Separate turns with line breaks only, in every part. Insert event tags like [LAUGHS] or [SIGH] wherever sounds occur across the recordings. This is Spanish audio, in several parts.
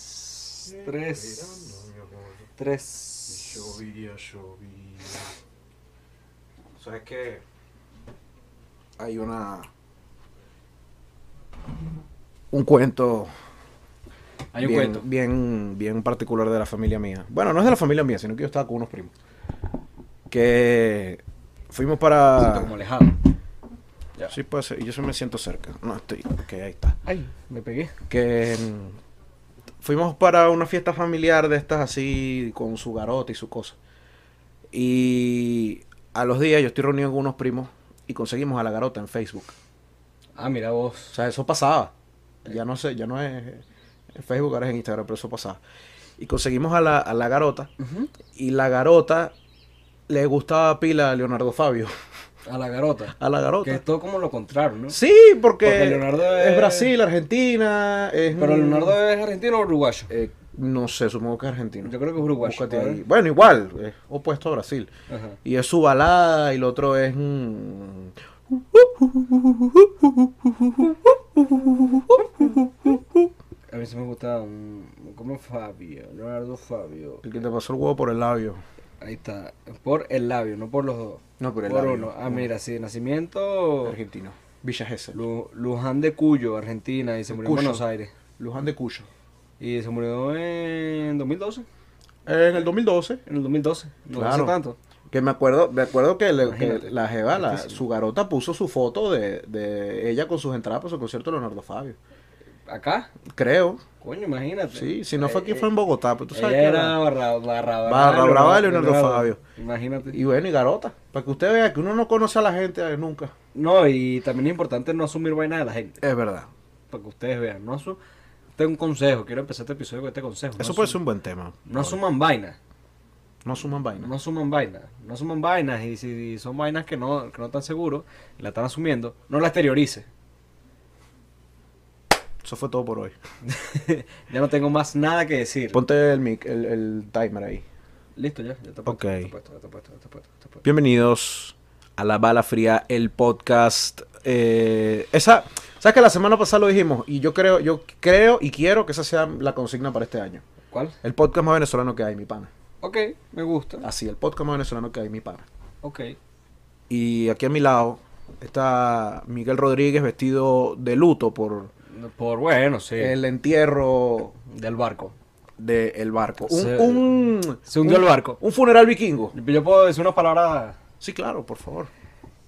dos, tres. Tres.
Llovía, llovía. ¿Sabes qué? Hay una. Un cuento.
Hay un
bien,
cuento.
Bien, bien particular de la familia mía. Bueno, no es de la familia mía, sino que yo estaba con unos primos. Que fuimos
Puta,
para.
como alejado. Ya.
Sí, puede ser. Y yo se me siento cerca. No, estoy. Ok, ahí está.
Ay, me pegué.
que mm, fuimos para una fiesta familiar de estas así, con su garota y su cosa. Y a los días yo estoy reunido con unos primos y conseguimos a la garota en Facebook.
Ah, mira
O
vos.
sea, eso pasaba. Ya no sé, ya no es en Facebook, ahora es en Instagram, pero eso pasaba. Y conseguimos a la, a la garota
Ujú.
y la garota le gustaba pila a Leonardo Fabio. [LAUGHS]
A la garota.
A la garota.
Que es todo como lo contrario, ¿no?
Sí, porque,
Porque Leonardo es-
es Brasil, Argentina, es...
Pero
mm,
Leonardo es argentino o uruguayo.
Eh, no sé, supongo que argentino.
Yo creo que es uruguayo.
Búscate
¿vale?
ahí. Bueno, igual, es opuesto a Brasil.
Ajá.
Y es su balada y el otro es... mm,
A mí sí me gusta un. ¿Cómo es Fabio? Leonardo Fabio.
el que te pasó el huevo por el labio.
Ahí está. Por el labio, no por los dos.
No, por el labio.
uno. Ah, mira, sí, nacimiento.
Argentino. Villa Gesell.
Lu- Luján de Cuyo, Argentina, y se murió
Cuyo.
en Buenos Aires.
Luján de Cuyo.
Y se murió en 2012.
En el 2012,
En el 2012. No
Claro.
hace tanto.
que me acuerdo, me acuerdo que, le- que
Imagínate.
la Jeva, la-
Artísimo.
su garota puso su foto de, de ella con sus entradas para su concierto de Leonardo Fabio.
Acá,
Creo,
coño, imagínate.
sí, si no fue aquí
Eh,
fue en Bogotá, pero tú
Ella
sabes que
era barra, barra,
Barra brava de Leonardo Fabio.
Imagínate.
Y bueno, y garota, para que usted vea que uno no conoce a la gente eh, nunca.
no, y también es importante no asumir vainas de la gente.
Es verdad.
Para que ustedes vean. No asu- Este es un consejo. Quiero empezar este episodio con este consejo.
Eso
no
puede
asum-
ser un buen tema.
No asuman vainas.
No suman vainas.
No asuman vainas. No asuman vainas. Y si son vainas que no, que no están seguros, y la están asumiendo, no la exteriorice. [LAUGHS]
Eso fue todo por hoy.
ya no tengo más nada que decir.
Ponte el mic, el, el timer ahí.
Listo, ya. Ya te
Ok.
puesto, ya te puesto, ya te puesto, ya te puesto, ya te puesto.
Bienvenidos a La Bala Fría, el podcast. Eh, esa, sabes que la semana pasada lo dijimos y yo creo, yo creo y quiero que esa sea la consigna para este año.
¿Cuál?
El podcast más venezolano que hay, mi pana.
Ok, me gusta.
Así, el podcast más venezolano que hay, mi pana.
Ok.
Y aquí a mi lado está Miguel Rodríguez vestido de luto por
Por bueno, sí.
el entierro
Del barco.
del barco. Un,
Se-
un-
se hundió
un-
el barco.
Un funeral vikingo.
Yo puedo decir unas palabras.
Sí, claro, por favor.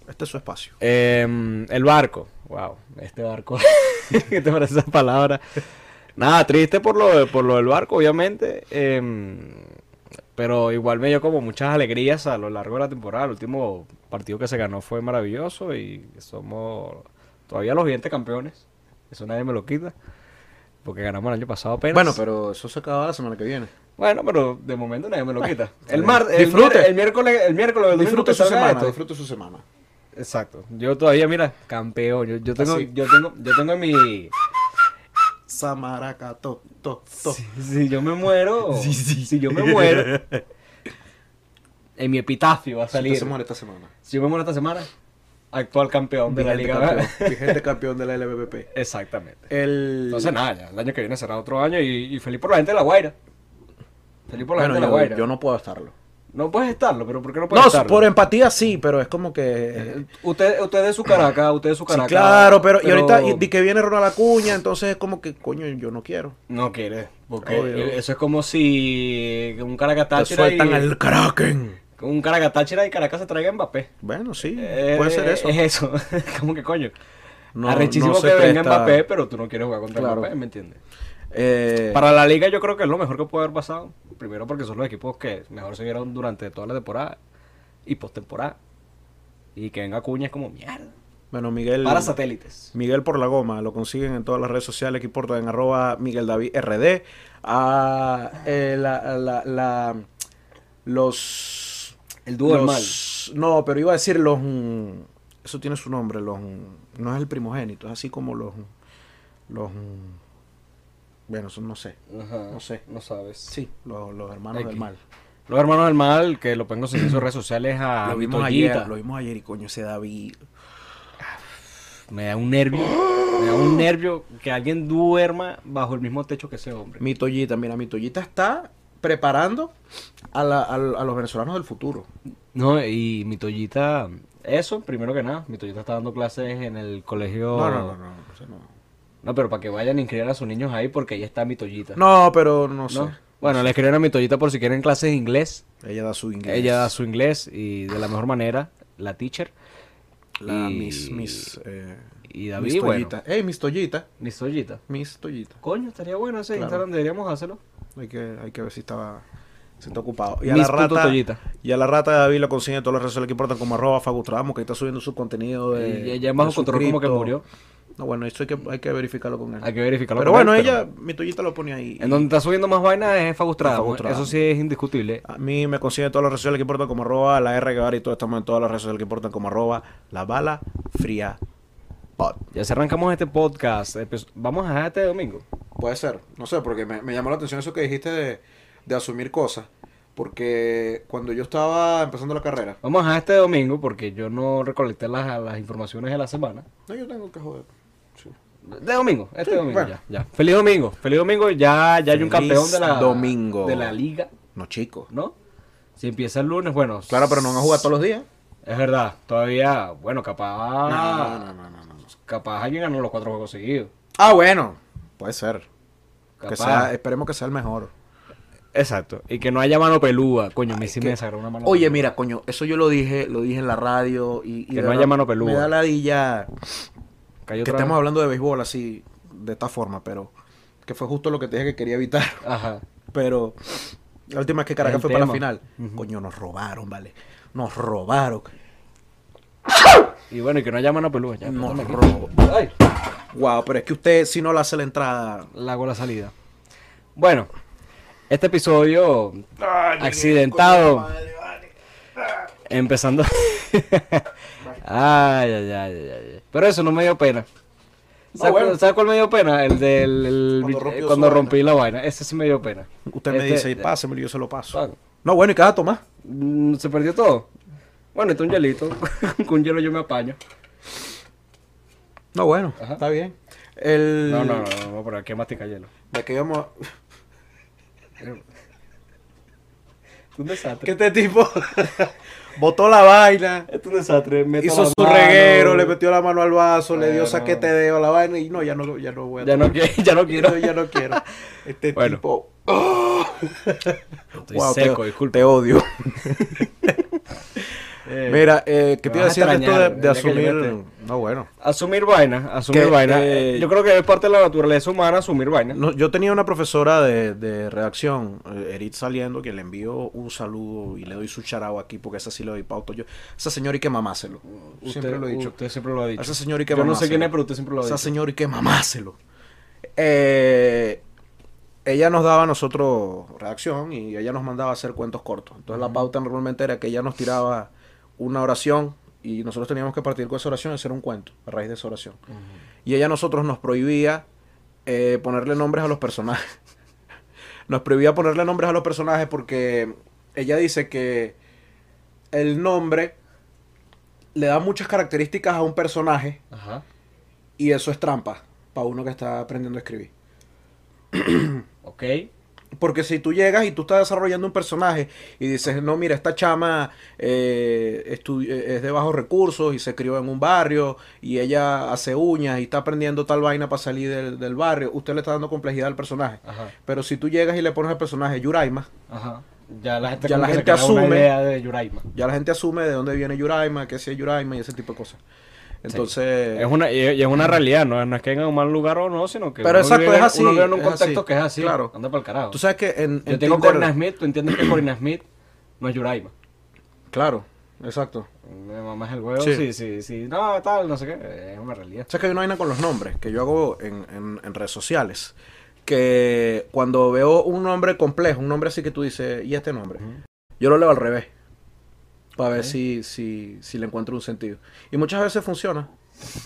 Este es su espacio.
em, el barco. Wow, este barco. [LAUGHS] ¿Qué te parece esa palabra? Nada, triste por lo, de- por lo del barco, obviamente. em, pero igual me dio como muchas alegrías a lo largo de la temporada. El último partido que se ganó fue maravilloso y somos todavía los siguientes campeones. Eso nadie me lo quita. Porque ganamos el año pasado apenas.
Bueno, pero eso se acaba la semana que viene.
Bueno, pero de momento nadie me lo quita.
está
El,
bien.
mar, el,
Disfrute.
mier- el miércoles, el miércoles, el domingo
Disfrute
que
su
salga
semana,
esto.
disfrute su semana.
Exacto. Yo todavía, mira, campeón. Yo, yo tengo,
Así.
yo tengo, yo tengo mi.
Samaraca, to, to, to.
Si, si yo me muero,
[LAUGHS] Sí, sí.
si yo me muero, en mi epitafio va a
Salir.
salir.
Se muere esta semana.
Si yo me muero esta semana, actual campeón de la
Vigente
liga.
campeón, vigente campeón de la LBBP.
Exactamente.
El...
Entonces nada, ya, el año que viene será otro año y, y feliz por la gente de La Guaira. Feliz por la
Bueno,
gente de La
yo,
Guaira.
yo no puedo estarlo.
No puedes estarlo, pero ¿por qué no
No,
puedes estarlo?
por empatía sí, pero es como que...
Eh, Usted, usted es su Caracas, usted es su
Sí,
Caracas.
claro, pero, y ahorita y- di que viene Ronald Acuña, entonces es como que, coño, yo no quiero.
No quiere. Porque eh,
Obvio.
eso es como si eh, un Caracas
Te
Táchira y...
sueltan al Kraken.
Un Caracas Táchira y Caracas se traiga a Mbappé.
Bueno, sí,
Eh,
puede ser eso.
Es eso. [LAUGHS] como que coño.
No,
Arrechísimo
no se
que venga
presta-
Mbappé, pero tú no quieres jugar contra
Claro.
Mbappé, ¿me entiendes?
Eh,
Para la liga yo creo que es lo mejor que puede haber pasado. Primero porque son los equipos que mejor se vieron durante toda la temporada y postemporada. Y que venga Cuña es como mierda.
Bueno, Miguel.
Para satélites.
Miguel por la goma, lo consiguen en todas las redes sociales que importan en arroba Miguel David RD. A, eh, la, la- la- los.
El dúo del mal.
los- No, pero iba a decir los. mm, Eso tiene su nombre, los. mm, No es el primogénito, es así como los. mm, Los. mm, Bueno, son, no sé.
Ajá,
No sé.
No sabes.
Sí, los, los hermanos
X.
del mal.
Los hermanos del mal, que lo pueden conseguir en sus redes sociales a
lo vimos
Vitollita.
ayer, lo vimos ayer y coño, ese David.
Me da un nervio. Me da un nervio que alguien duerma bajo el mismo techo que ese hombre.
Mi toallita, mira, mi toallita está preparando a, la- a- a los venezolanos del futuro.
No, y mi Toyita, eso, primero que nada, mi Toyita está dando clases en el colegio.
No, no, no, no. o sea, No,
No, pero para que vayan a inscribir a sus niños ahí porque ahí está mi Toyita.
No, pero no sé.
¿No? Bueno, le escriben a mi Toyita por si quieren clases de inglés.
Ella da su inglés.
Ella da su inglés y de la mejor manera, la teacher.
La
y-
Miss, Miss, eh,
Y David,
Miss
bueno,
Toyita. Ey, Miss Toyita.
mis Toyita.
Miss Toyita.
Coño, estaría bueno ese
Claro.
Instagram, deberíamos hacerlo.
Hay que, hay que ver si estaba... Si está ocupado. Y a, la
Mis punto
rata,
Toyita.
y a la rata de David lo consigue en todas las redes sociales que importan como arroba Fagustramo, que ahí está subiendo su contenido de...
Y ella es bajo
de su
control como que
cripto.
murió.
No, bueno, eso hay que, hay que verificarlo con él.
Hay que verificarlo.
pero
con él,
bueno, ella, mi toallita lo pone ahí.
En donde está subiendo más vainas es Fagustrada.
Fagustrada.
Eso sí es indiscutible.
A mí me consiguen en todas las redes sociales que importan como arroba la R Guevara y todos estamos en todas las redes sociales que importan como arroba la bala fría pod.
Ya se arrancamos este podcast. Empe- Vamos a dejar este domingo.
Puede ser, no sé, porque me, me llamó la atención eso que dijiste de, de asumir cosas. Porque cuando yo estaba empezando la carrera,
Vamos a dejar este domingo porque yo no recolecté las, las informaciones de la semana.
no, yo tengo que joder. Sí.
De domingo, este
Sí,
domingo.
bueno.
Ya, ya. Feliz domingo, feliz domingo. Ya, ya hay
Feliz
un campeón de la,
domingo.
de la liga,
No, chico.
¿no? Si empieza el lunes, bueno.
Claro, pero no van a jugar todos los días.
Es verdad, todavía, bueno, capaz. Ah.
No, no, no, no, no, no.
Capaz alguien ganó los cuatro juegos seguidos.
Ah, bueno, puede ser. Que
Capaz.
sea, esperemos que sea el mejor.
Exacto. Y que no haya mano pelúa. Coño, me sí
que-
me desagró una mano
Oye,
pelúa.
mira, coño, eso yo lo dije, lo dije en la radio y... y
Que
de
no
verdad
haya mano peluda.
Me da ladilla
Cayó
que
otra
estamos
vez.
hablando de béisbol así, de esta forma, pero... Que fue justo lo que te dije que quería evitar, [LAUGHS]
Ajá.
pero... La última vez que Caracas
El
fue para
tema.
la final.
Ujú.
Coño, nos robaron, vale. Nos robaron.
Y bueno, y que no haya mano pelúa. Ya,
Nos
apretame aquí.
robó.
Ay.
Wow, pero es que usted si no le hace la entrada...
la hago la salida. Bueno, este episodio accidentado.
Ah.
Empezando. [LAUGHS] ay, ay, ay, ay, ay. Pero eso no me dio pena. ¿Sabes,
Ah, bueno.
cuál- sabes cuál me dio pena? El del. el-
Cuando rompió
cuando
su
rompí la vaina. Ese sí me dio pena.
Usted me
Este- Ah.
dice, y pásemelo, yo se lo paso.
Claro.
No, bueno, ¿y qué vas a tomar?
Mm, Se perdió todo. Bueno, está un hielito. [LAUGHS] Con hielo yo me apaño.
No, bueno,
Ajá.
está bien. El...
No, no, no, no, no, pero hay que masticar hielo.
De que íbamos... a- [LAUGHS]
Es un desastre.
Que este tipo [LAUGHS] botó la vaina,
Es un desastre. meto
hizo
la
su
mano.
reguero, le metió la mano al vaso, le dio
Bueno.
saquete de dedo a la vaina y no, ya no, ya no voy a
Ya no, qui- [LAUGHS] ya no quiero.
No, ya no
[LAUGHS]
quiero. Este
Bueno.
tipo.
Estoy
Guau,
seco,
te,
disculpe.
te odio.
[LAUGHS]
[LAUGHS]
Eh,
Mira, eh, ¿qué
me
te iba a
vas
decir
a
de esto de,
extrañar
de
el día que yo
asumir? No, bueno.
Asumir vainas, asumir
Que,
vainas.
eh,
Yo creo que es parte de la naturaleza humana asumir vainas.
No, yo tenía una profesora de, de redacción, eh, Erit Saliendo, que le envío un saludo y le doy su charao aquí porque esa sí le doy pauta. Yo, esa señora y que mamáselo. Siempre lo he dicho.
Usted siempre lo ha dicho.
Esa señora y que
Yo no sé
mamáselo.
quién es, pero usted siempre lo ha
Esa
dicho.
señora y que mamáselo. Eh, ella nos daba a nosotros reacción y ella nos mandaba hacer cuentos cortos. Entonces la pauta normalmente era que ella nos tiraba una oración y nosotros teníamos que partir con esa oración y hacer un cuento a raíz de esa oración. Y ella a nosotros nos prohibía eh, ponerle nombres a los personajes. [LAUGHS] nos prohibía ponerle nombres a los personajes porque ella dice que el nombre le da muchas características a un personaje
Ajá.
y eso es trampa para uno que está aprendiendo a escribir.
Ok.
Porque si tú llegas y tú estás desarrollando un personaje y dices, no, mira, esta chama eh, estu- eh, es de bajos recursos y se crió en un barrio y ella hace uñas y está aprendiendo tal vaina para salir del, del barrio, usted le está dando complejidad al personaje.
Ajá.
Pero si tú llegas y le pones al personaje Yuraima,
Ajá. Ya la gente,
Ya
como
la
que se
gente
crea una
asume-
idea de Yuraima.
ya la gente asume de dónde viene Yuraima, qué es Yuraima y ese tipo de cosas. Entonces...
Es una, y y es una realidad, no, no es que en un mal lugar o no, sino que.
Pero exacto,
vive-
es así,
Uno vive en un
es
contexto
así,
que es así.
claro.
Anda para el carajo.
Tú sabes que en... en
Yo tengo
Tinder-
Corina Smith, tú entiendes que Corina Smith no es Yuraima.
Claro, exacto.
Me mamás el huevo,
Sí.
sí, sí, sí. No, tal, no sé qué. Es una realidad.
O sea que hay una vaina con los nombres que yo hago en, en- en redes sociales. Que cuando veo un nombre complejo, un nombre así que tú dices, ¿y este nombre? Yo lo leo al revés. Para ver
Ok.
si, si, si le encuentro un sentido. Y muchas veces funciona.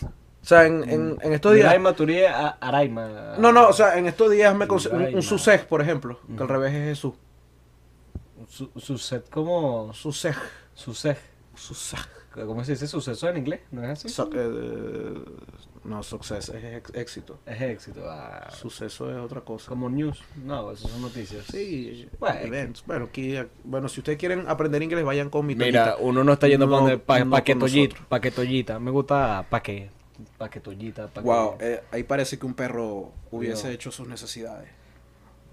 O sea, en, en- en estos días.
Yuraima Turie a- Araima.
No, no, o sea, en estos días me conse- un,
Yuraima.
un susej, por ejemplo, que al
Ujú.
revés es Jesús.
Su, su set como.
Susej.
Su set.
Susa-
¿Cómo se dice suceso en inglés? ¿No es así?
suc- eh, no, success es ex- éxito.
es éxito. ah.
Suceso es otra cosa.
Como news. No, eso son noticias.
Sí,
Bueno.
events. Bueno, aquí, bueno, si ustedes quieren aprender inglés, vayan con mi
Mira,
tonita.
uno no está yendo
No,
para donde, pa,
no
paquetollita,
con
paquetollita. Me gusta paque, paquetollita. paque-
Wow, eh, ahí parece que un perro hubiese
Cuidado.
hecho sus necesidades.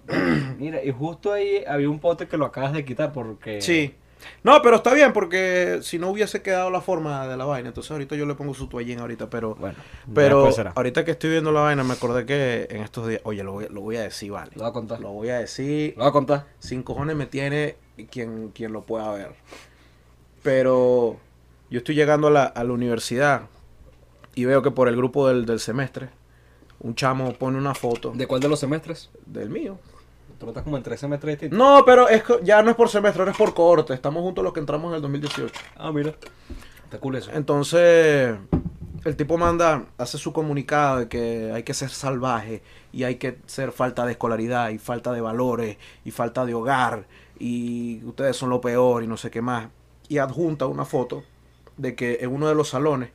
eh.
Mira, y justo ahí había un pote que lo acabas de quitar porque...
Eh. Sí. No, pero está bien, porque si no hubiese quedado la forma de la vaina, entonces ahorita yo le pongo su toallín ahorita, pero...
Bueno,
Pero
después será.
ahorita que estoy viendo la vaina, me acordé que en estos días... Oye, lo voy, lo voy a decir, vale.
Lo voy a contar.
Lo voy a decir.
Lo voy a contar.
Sin cojones me tiene quien, quien lo pueda ver. Pero yo estoy llegando a la, a la universidad y veo que por el grupo del, del semestre, un chamo pone una foto
¿De cuál de los semestres?
del mío.
Tú no estás como en tres semestres distintos.
No, pero es que ya no es por semestre, ahora es por cohorte. Estamos juntos los que entramos en el 2018.
Ah, mira. Está cool eso.
Entonces, el tipo manda, hace su comunicado de que hay que ser salvaje y hay que ser falta de escolaridad y falta de valores y falta de hogar y ustedes son lo peor y no sé qué más. Y adjunta una foto de que en uno de los salones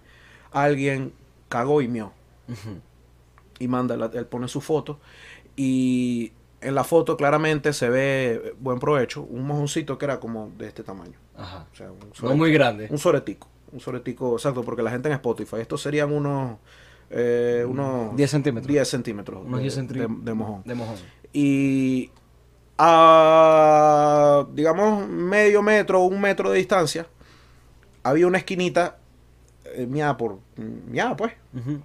alguien cagó y mió
Ujú.
y manda, la- él pone su foto y en la foto claramente se ve eh, buen provecho, un mojoncito que era como de este tamaño.
Ajá.
O sea, un
No muy grande.
un soretico. Un soretico, exacto, porque la gente en Spotify. Estos serían unos. eh, unos
10 centímetros.
10 centímetros.
Unos
de-
10 centímetros.
De, de mojón.
De mojón.
Y. A. Digamos, medio metro o un metro de distancia. Había una esquinita. eh, miada por. Miada, pues.
Ujú.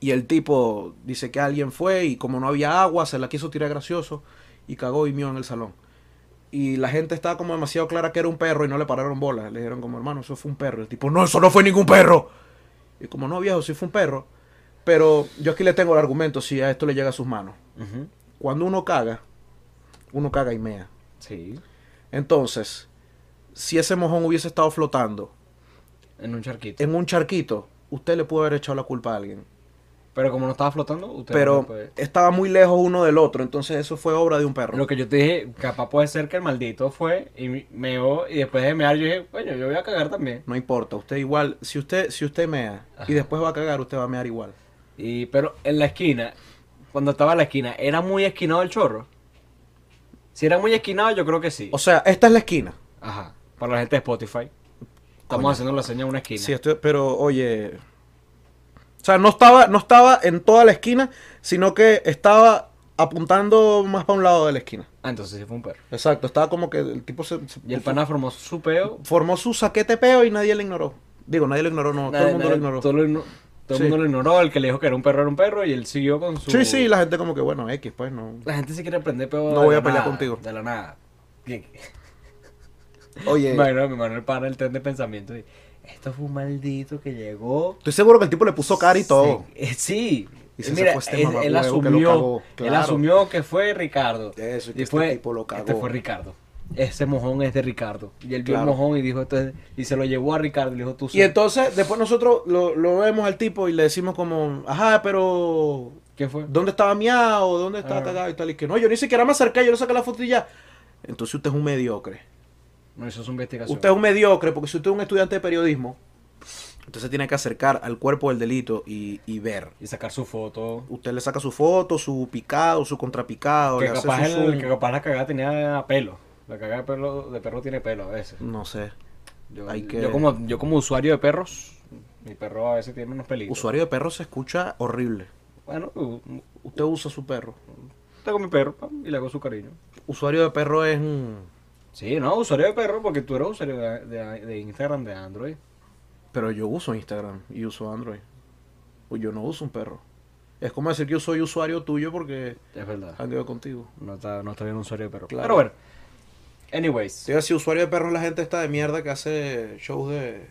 Y el tipo dice que alguien fue y como no había agua, se la quiso tirar gracioso y cagó y mió en el salón. Y la gente estaba como demasiado clara que era un perro y no le pararon bolas. Le dijeron como, hermano, eso fue un perro. El tipo, no, eso no fue ningún perro. Y como, no, viejo, sí fue un perro. Pero yo aquí le tengo el argumento si a esto le llega a sus manos.
Ujú.
Cuando uno caga, uno caga y mea.
Sí.
Entonces, si ese mojón hubiese estado flotando
En un charquito.
en un charquito, usted le pudo haber echado la culpa a alguien.
Pero como no estaba flotando, usted
Eh. pero
no puede-
estaba muy lejos uno del otro, entonces eso fue obra de un perro.
pues. Lo que yo te dije, capaz puede ser que el maldito fue y meó y después de mear yo dije, coño, yo voy a cagar también.
No importa, usted igual, si usted si usted mea
Ajá.
y después va a cagar, usted va a mear igual.
Y, pero en la esquina, cuando estaba en la esquina, ¿era muy esquinado el chorro? Si era muy esquinado, yo creo que sí.
O sea, esta es la esquina.
Ajá. Para la gente de Spotify. Estamos
Coño.
haciendo la seña de una esquina.
Sí, estoy- pero oye, o sea, no estaba no estaba en toda la esquina, sino que estaba apuntando más para un lado de la esquina.
Ah, entonces sí fue un perro.
Exacto, estaba como que el tipo se, se-
Y el pana formó su peo.
formó su saquete peo y nadie le ignoró. Digo, nadie lo ignoró, no, todo
Nadie-
el mundo
nadie-
lo ignoró.
Todo, lo igno- todo
Sí.
el mundo lo ignoró. El que le dijo que era un perro era un perro y él siguió con su...
Sí, sí, la gente como que bueno, X, pues no.
[LAUGHS] La gente se quiere aprender peo
No
de
voy
la
a pelear
nada,
contigo.
De la nada. Que-
Oye,
Bueno, mi hermano el pana el tren de pensamiento. y, Esto fue un maldito que llegó.
estoy seguro que el tipo le puso cara y todo.
Sí. eh, sí.
Y se
Mira,
sacó este
él,
mamahuevo
él
que lo
asumió,
cagó,
él
claro.
asumió que fue Ricardo.
Eso, y que
Y
este
fue,
tipo lo cagó.
Este fue Ricardo. Ese mojón es de Ricardo. Y él vio el
Claro.
mojón y dijo, entonces, y se lo llevó a Ricardo y le dijo, tú
Y
sí.
entonces, después nosotros lo, lo vemos al tipo y le decimos como, ajá, pero
¿Qué fue?
¿dónde estaba miado? ¿Dónde estaba
Ah.
cagado? Y tal, y que no, yo ni siquiera me acerqué, yo le saqué la foto y ya. Entonces usted es un mediocre.
No hizo su investigación.
Usted es un mediocre porque si usted es un estudiante de periodismo, usted se tiene que acercar al cuerpo del delito y, y ver.
Y sacar su foto.
Usted le saca su foto, su picado, su contrapicado,
Que
le hace
capaz,
su
el-
zoom.
que capaz la cagada tenía pelo. La cagada de, pelo, de perro tiene pelo a veces.
No sé.
Yo,
Hay que-
yo como, yo como usuario de perros, mi perro a veces tiene unos pelitos.
Usuario de perro se escucha horrible.
Bueno, u- u-
Usted usa su perro.
tengo mi perro pam, y le hago su cariño.
Usuario de perro es... mm,
Sí, no, usuario de perro, porque tú eres usuario de, de- de Instagram, de Android.
Pero yo uso Instagram y uso Android. Pues yo no uso un perro. Es como decir que yo soy usuario tuyo porque
Es verdad.
hangueo contigo.
Ah, No está, no está bien un usuario de perro.
Claro.
Pero bueno. Anyways.
Sí, así usuario de perro es la gente está de mierda que hace shows de...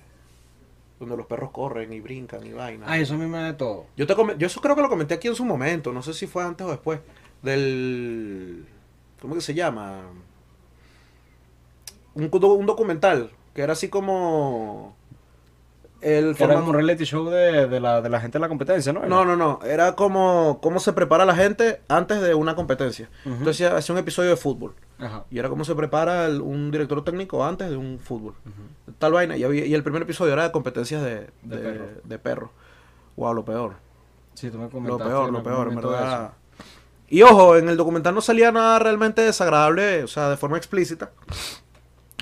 Donde los perros corren y brincan y vainas.
Ah, eso a mí me da de todo.
Yo, te come- yo eso creo que lo comenté aquí en su momento. No sé si fue antes o después. Del... ¿Cómo que se llama? Un, cu- un documental. Que era así como... el
Era
formato-
como un reality show de, de la, de la gente de la competencia, ¿no?
No, no, no. Era como cómo se prepara la gente antes de una competencia.
Ujú.
Entonces hacía un episodio de fútbol.
Ajá.
Y era cómo se prepara el- un director técnico antes de un fútbol. Tal vaina. Y, había- y el primer episodio era de competencias de, de,
De perro.
de perro. Wow, lo peor.
Sí, tú me
Lo
comentaste.
peor,
en
lo
algún
peor, en
momento
verdad. Y ojo, en el documental no salía nada realmente desagradable, o sea, de forma explícita.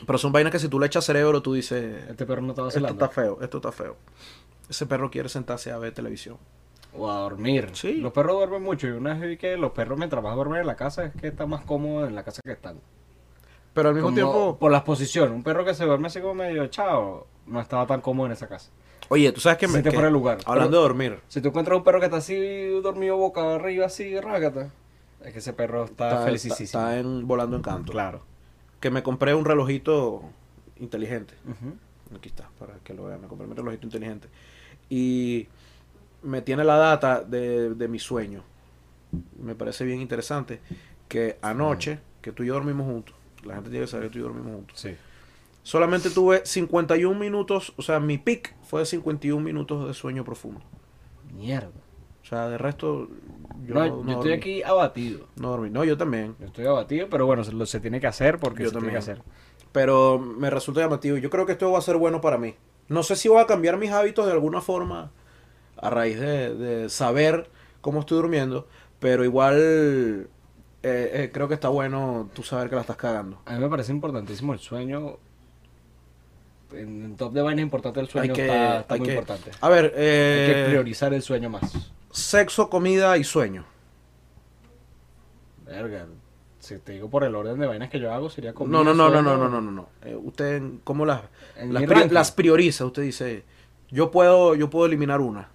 Pero son vainas que si tú le echas cerebro, tú dices,
eso. Este perro no estaba
esto
vacilando.
está feo, esto está feo. Ese perro quiere sentarse a ver televisión.
O a dormir.
Sí.
Los perros duermen mucho. Y una vez vi que los perros, mientras más duermen en la casa, es que están más cómodos en la casa que están.
Pero al mismo
Como
tiempo,
Por las posiciones. Un perro que se duerme así como medio echado, no estaba tan cómodo en esa casa.
oye, tú sabes que
Siente
que-
fuera de lugar.
Hablando
Pero-
de dormir.
Si tú encuentras un perro que está así dormido boca arriba, así, rágata, es que ese perro está,
Está, está,
felicísimo.
está en, volando en canto.
Claro.
Que me compré un relojito inteligente.
Ujú.
Aquí está, para que lo vean. Me compré mi relojito inteligente. Y me tiene la data de, de mi sueño. Me parece bien interesante que anoche, que tú y yo dormimos juntos, la gente tiene que saber que tú y yo dormimos juntos,
Sí.
solamente tuve 51 minutos, o sea, mi pick fue de 51 minutos de sueño profundo.
Mierda.
O sea, de resto, yo
No,
no,
Yo,
no
estoy
dormí.
aquí abatido.
No dormí. No, yo también.
Yo estoy abatido, pero bueno, se, lo, se tiene que hacer porque
Yo
se tiene que hacer.
también. Pero me resulta llamativo. Yo creo que esto va a ser bueno para mí. No sé si voy a cambiar mis hábitos de alguna forma a raíz de, de saber cómo estoy durmiendo, pero igual eh, eh, creo que está bueno tú saber que la estás cagando.
A mí me parece importantísimo el sueño. En, en top de vainas importante el sueño
hay que,
está, está
hay
muy
que-
importante.
A ver,
Hay que
eh,
priorizar el sueño más.
sexo, comida y sueño.
Verga. Si te digo por el orden de vainas que yo hago, sería como.
No, no, no, no, no, no, no, no, no. Eh, usted cómo las,
En
las,
mi
pri-
ranking.
las prioriza. Usted dice, yo puedo, yo puedo eliminar una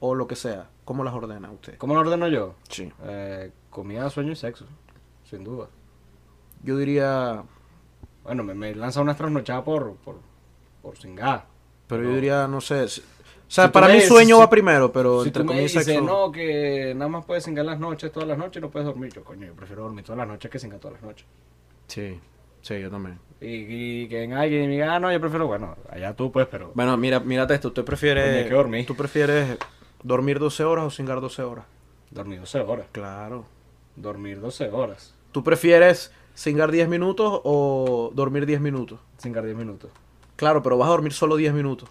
o lo que sea. ¿Cómo las ordena usted?
¿Cómo lo ordeno yo?
Sí.
Eh, comida, sueño y sexo. Sin duda.
Yo diría
Bueno, me, me lanza una trasnochada por, por, por cingada.
Pero yo
No.
diría, no sé. si- o
Si
sea,
tú
para
me
mí
dices-
sueño
si-
va primero, pero
si
entre
tú me
comillas y
dices,
sexo.
no, que nada más puedes cingar las noches, todas las noches, no puedes dormir. Yo, coño, yo prefiero dormir todas las noches que cingar todas las noches.
Sí, sí, yo también.
Y, y que venga alguien y me diga, ah, no, yo prefiero, bueno, allá tú pues, pero...
Bueno, mira, mírate esto. ¿Usted prefiere.
Coño, hay que dormir.
¿Tú prefieres dormir 12 horas o cingar 12 horas?
Dormir 12 horas.
Claro.
Dormir 12 horas.
¿Tú prefieres cingar 10 minutos o dormir 10 minutos?
Cingar 10 minutos.
Claro, pero vas a dormir solo 10 minutos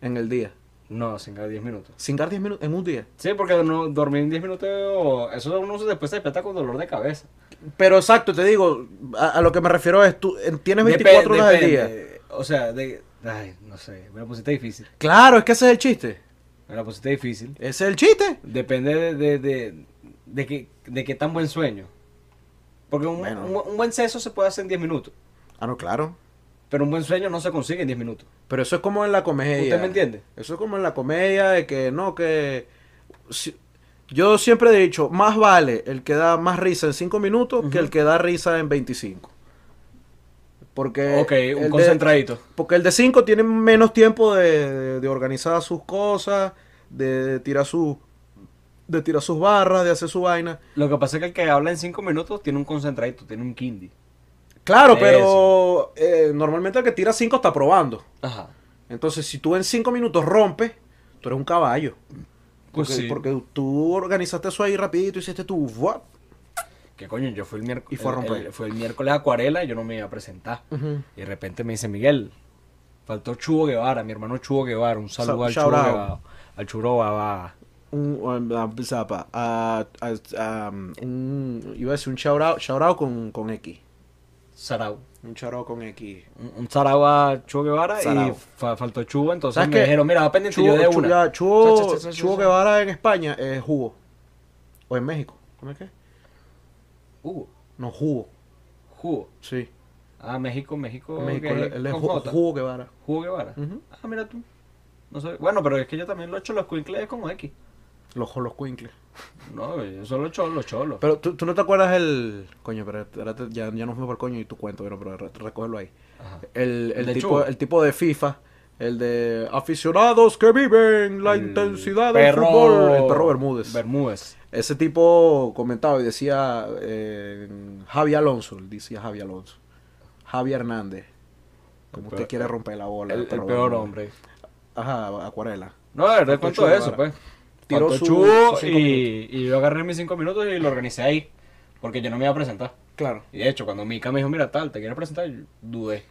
en el día.
No, cingar 10 minutos.
¿Cingar 10 minutos en un día?
Sí, porque no, dormir en 10 minutos, eso uno se- después se despierta con dolor de cabeza.
Pero exacto, te digo, a, a lo que me refiero es, tú eh, tienes
Depe-
24 horas al día.
depende. O sea, de... Ay, no sé, me la pusiste difícil.
Claro, es que ese es el chiste.
Me la pusiste difícil.
Ese es el chiste.
Depende de, de, de, de qué, de qué tan buen sueño. Porque un,
Bueno.
un- un buen sexo se puede hacer en 10 minutos,
Ah, no, claro.
pero un buen sueño no se consigue en 10 minutos.
Pero eso es como en la comedia.
¿Usted me entiende?
Eso es como en la comedia de que no, que... si- yo siempre he dicho, más vale el que da más risa en 5 minutos que el que da risa en 25. Porque...
ok,
Eh, el
un
de-
concentradito.
porque el de 5 tiene menos tiempo de, de- de organizar sus cosas, de, de tirar su... De tirar sus barras, de hacer su vaina.
Lo que pasa es que el que habla en 5 minutos tiene un concentradito, tiene un kindy.
Claro,
Eso.
pero eh, normalmente el que tira 5 está probando.
Ajá.
Entonces, si tú en 5 minutos rompes, tú eres un caballo.
Pues
Porque,
sí.
porque tú organizaste eso ahí rapidito, hiciste tu what.
Que coño, yo fui el
Y
miércoles.
fue a romper.
fue el miércoles a acuarela y yo no me iba a presentar. Y de repente me dice Miguel, faltó Chugo Guevara, mi hermano Chugo Guevara. Un saludo
Sa-
al
shout
Chugo
out.
Guevara. Al Churo Guevara.
Un, um, ah, zapa, ah, ah, ah, un- iba a decir un shout out, shout out con, con X.
Sarau.
Un shout out con X.
un un sarao a Chugo Guevara y
Sarao.
fa- faltó Chugo, entonces
¿Sabes
me
qué?
dijeron, mira, va pendiente yo de
Chugo-
una.
ya, Chugo,
Sa- sa- sa- sa-
Chugo
sa-
Guevara en España es jugo. O en México. ¿Cómo es que?
Hugo,
No, jugo.
Jugo.
Sí.
Ah, México, México.
En México.
que
Él,
es
él es
con
Ju-
J.
Jugo Guevara.
Jugo Guevara.
Ujú.
Ah, mira tú. No sé. Bueno, pero es que yo también lo echo los cuincles como X.
Los, los cuincles.
No, yo solo cholo, los cholos.
Pero ¿tú, tú no te acuerdas el. Coño, pero ahora te- ya, ya nos fuimos por el coño y tu cuento, pero, pero re- recógelo ahí.
Ajá.
El, el
¿De
tipo,
Chuba?
el tipo de FIFA, el de aficionados que viven la
El
intensidad del fútbol. El perro Bermúdez.
Bermúdez.
Ese tipo comentaba y decía eh, Javi Alonso, él decía Javi Alonso. Javi Hernández. Como
El
usted
peor-
quiere romper la bola.
El, el
perro
peor
Bermúdez.
hombre.
Ajá, acuarela.
No, de verdad, ¿cuánto
Chubo,
es eso,
¿verdad?
pues?
Tiró
Faltó
su-
Chubo
sus cinco
y, y yo agarré mis cinco minutos y lo organicé ahí. Porque yo no me iba a presentar.
Claro.
Y de hecho, cuando Mika me dijo, mira, tal, te quiero presentar, yo dudé.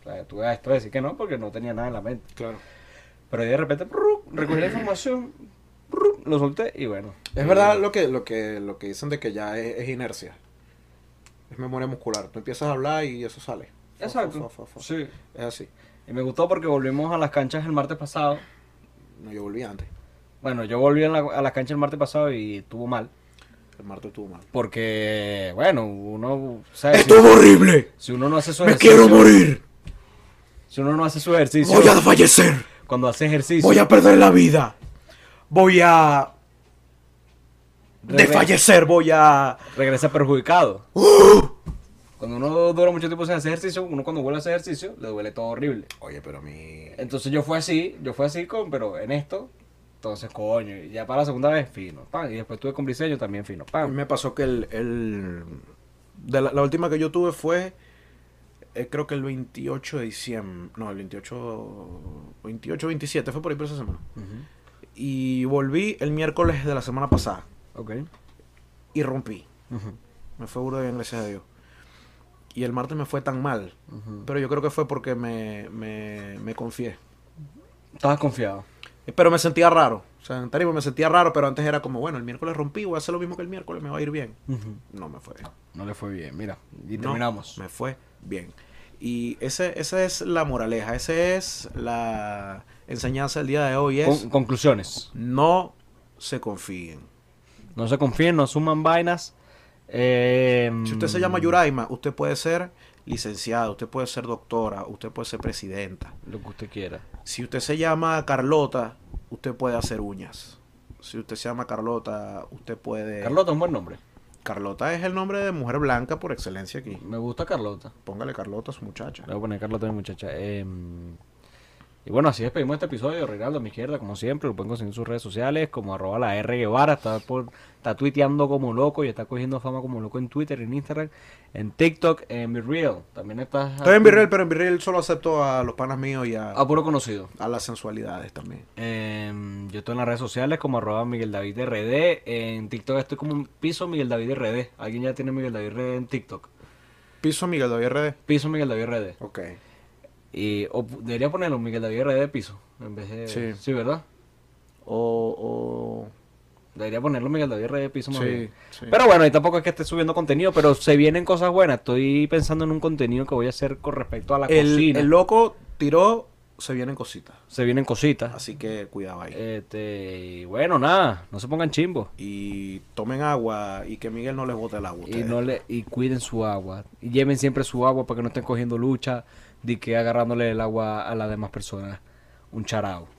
O sea, tuve a esto de decir que no porque no tenía nada en la mente.
Claro.
Pero ahí de repente, ¡pru! recogí la información, ¡pru! lo solté y bueno.
Es verdad lo que, lo que, lo que dicen de que ya es, es inercia. Es memoria muscular. Tú empiezas a hablar y eso sale. Fa, fa,
Exacto.
fa, fa, fa.
Sí.
Es así.
Y me gustó porque volvimos a las canchas el martes pasado.
No, yo volví antes.
Bueno, yo volví a, la- a las canchas el martes pasado y estuvo mal.
El martes estuvo mal.
Porque, bueno, uno. ¿sabes?
¡Estuvo horrible!
Si uno no hace su
¡Me
ejercicio.
quiero morir!
Si uno no hace su ejercicio.
¡Voy a fallecer!
Cuando hace ejercicio.
¡Voy a perder la vida! ¡Voy a
reg-
desfallecer! ¡Voy a... ¡Oh!
Regresa perjudicado. Cuando uno dura mucho tiempo sin hacer ejercicio, uno cuando vuelve a hacer ejercicio, le duele todo horrible.
Oye, pero a mí...
Entonces yo fui así, yo fui así, con, pero en esto, entonces coño, y ya para la segunda vez, fino, pan. Y después tuve con briseño también fino,
A
pan.
mí me pasó que el... el- de la, la última que yo tuve fue... eh, creo que el 28 de diciembre. No, el 28... 28, 27. Fue por ahí por esa semana.
Ujú.
Y volví el miércoles de la semana pasada.
Ok.
Y rompí.
Ujú.
Me fue burda bien, gracias a Dios. Y el martes me fue tan mal.
Ujú.
Pero yo creo que fue porque me, me, me confié.
Estabas confiado.
Eh, Pero me sentía raro. O sea, en tarima me sentía raro, pero antes era como, bueno, el miércoles rompí, voy a hacer lo mismo que el miércoles, me va a ir bien. No me fue bien.
No le fue bien, mira. Y
No,
terminamos.
Me fue bien. Y ese, esa es la moraleja, esa es la enseñanza del día de hoy. Es
Con- conclusiones.
no se confíen.
No se confíen, no asuman vainas. Eh,
Si usted se llama Yuraima, usted puede ser licenciada, usted puede ser doctora, usted puede ser presidenta.
Lo que usted quiera.
Si usted se llama Carlota, usted puede hacer uñas. Si usted se llama Carlota, usted puede...
Carlota es un buen nombre.
Carlota es el nombre de mujer blanca por excelencia aquí.
Me gusta Carlota.
Póngale Carlota a su muchacha.
Le voy a poner Carlota a mi muchacha. Eh, y bueno, así despedimos este episodio. Reinaldo a mi izquierda, como siempre, lo pueden conseguir en sus redes sociales, como arroba la R Guevara. Está, por, está tuiteando como loco y está cogiendo fama como loco en Twitter, en Instagram, en TikTok, en BeReal. También estás
Estoy en Virreal, pero en Virreal solo acepto a los panas míos y a,
a puro conocido.
a las sensualidades también.
Eh, yo estoy en las redes sociales como arroba Miguel David RD. En TikTok estoy como un piso Miguel David RD. ¿Alguien ya tiene Miguel David RD en TikTok?
Piso Miguel David RD.
Piso Miguel David RD.
Ok.
Y, o pu- debería ponerlo Miguel David RD piso. En vez de.
Sí.
sí ¿verdad?
O...
Debería ponerlo Miguel David Reyes Piso
o...
más
Sí,
bien.
sí.
Pero bueno, y tampoco es que esté subiendo contenido, pero se vienen cosas buenas. Estoy pensando en un contenido que voy a hacer con respecto a la
el,
cocina.
el loco tiró, se vienen cositas.
Se vienen cositas.
Así que cuidado ahí.
Este, y bueno, nada, no se pongan chimbo.
y tomen agua y que Miguel no les bote el agua. a
Y,
ustedes.
no le, y cuiden su agua. Y lleven siempre su agua para que no estén cogiendo lucha de que agarrándole el agua a las demás personas. Un charao.